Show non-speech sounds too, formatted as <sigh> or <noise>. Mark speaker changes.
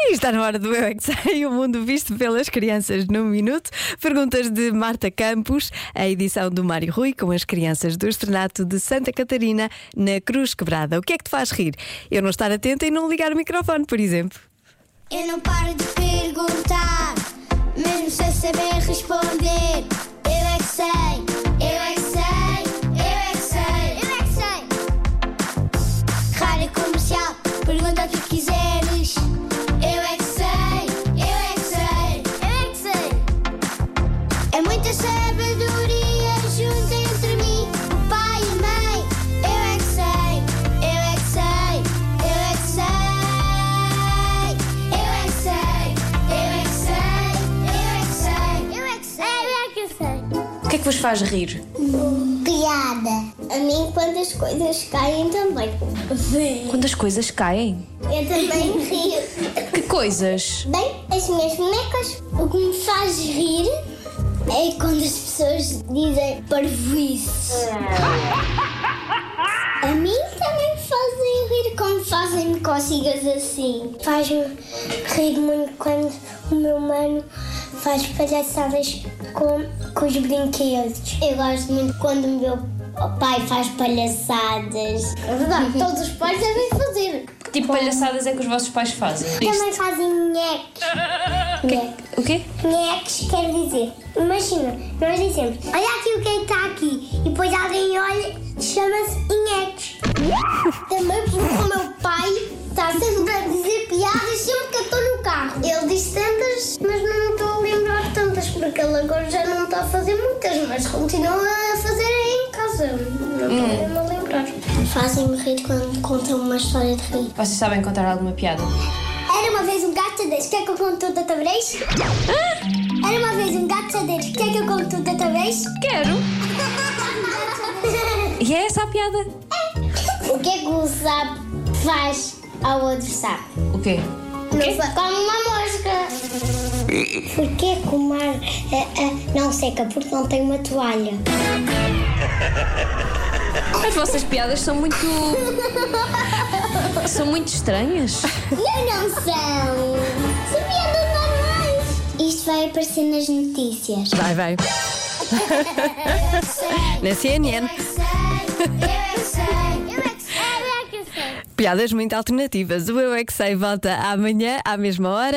Speaker 1: E está na hora do Eu é que Sei, o mundo visto pelas crianças num minuto. Perguntas de Marta Campos, a edição do Mário Rui com as crianças do Estrenato de Santa Catarina na Cruz Quebrada. O que é que te faz rir? Eu não estar atenta e não ligar o microfone, por exemplo.
Speaker 2: Eu não paro de perguntar, mesmo sem saber responder. Eu é que sei, eu é que sei, eu é que sei, eu é que sei. Rádio comercial, pergunta o que quiseres. Eu é que sei, eu é que sei, eu é que sei. É muita sabedoria junta entre mim, o pai e a mãe. Eu é que sei, eu é que sei, eu é que sei. Eu é que sei, eu é que sei, eu é que sei, eu é que sei, eu é que sei.
Speaker 3: O que é que vos faz rir?
Speaker 2: Piada. A mim, quando as coisas caem também. Sim.
Speaker 3: Quando as coisas caem?
Speaker 2: Eu também rio.
Speaker 3: Que coisas?
Speaker 2: Bem, as minhas bonecas. O que me faz rir é quando as pessoas dizem parvoices. A mim também me fazem rir quando fazem-me cócegas assim. Faz-me rir muito quando o meu mano faz palhaçadas com, com os brinquedos. Eu gosto muito quando o meu pai faz palhaçadas. É verdade, todos os pais devem fazer.
Speaker 3: Que tipo de palhaçadas é que os vossos pais fazem?
Speaker 2: Também fazem nheques. Nheques.
Speaker 3: O quê?
Speaker 2: Nheques é quer dizer, imagina, nós dizemos, olha aqui o que é que está aqui, e depois alguém olha, chama-se nheques. Também porque o meu pai está sempre a dizer piadas sempre que eu estou no carro. Ele diz tantas, mas não me estou a lembrar tantas, porque ele agora já não está a fazer muitas, mas continua a fazer em casa. Não estou mesmo a lembrar. Fazem-me rir quando contam uma história de rir.
Speaker 3: Vocês sabem contar alguma piada?
Speaker 2: Era uma vez um gato xadrez, quer que eu conte tudo outra vez? Era uma vez um gato xadrez, quer que eu conte tudo outra vez? <laughs>
Speaker 3: Quero! E é essa a piada?
Speaker 2: o que é que o sapo faz ao outro sapo?
Speaker 3: O quê?
Speaker 2: Não fa- Come uma mosca! Porquê que o mar eh, não seca? Porque não tem uma toalha.
Speaker 3: As vossas piadas são <laughs> muito. são muito estranhas.
Speaker 2: Não, não são! São piadas normais! Isto vai aparecer nas notícias.
Speaker 1: Vai, vai. Na CNN, piadas muito alternativas. O Eu é que Sei volta amanhã, à mesma hora.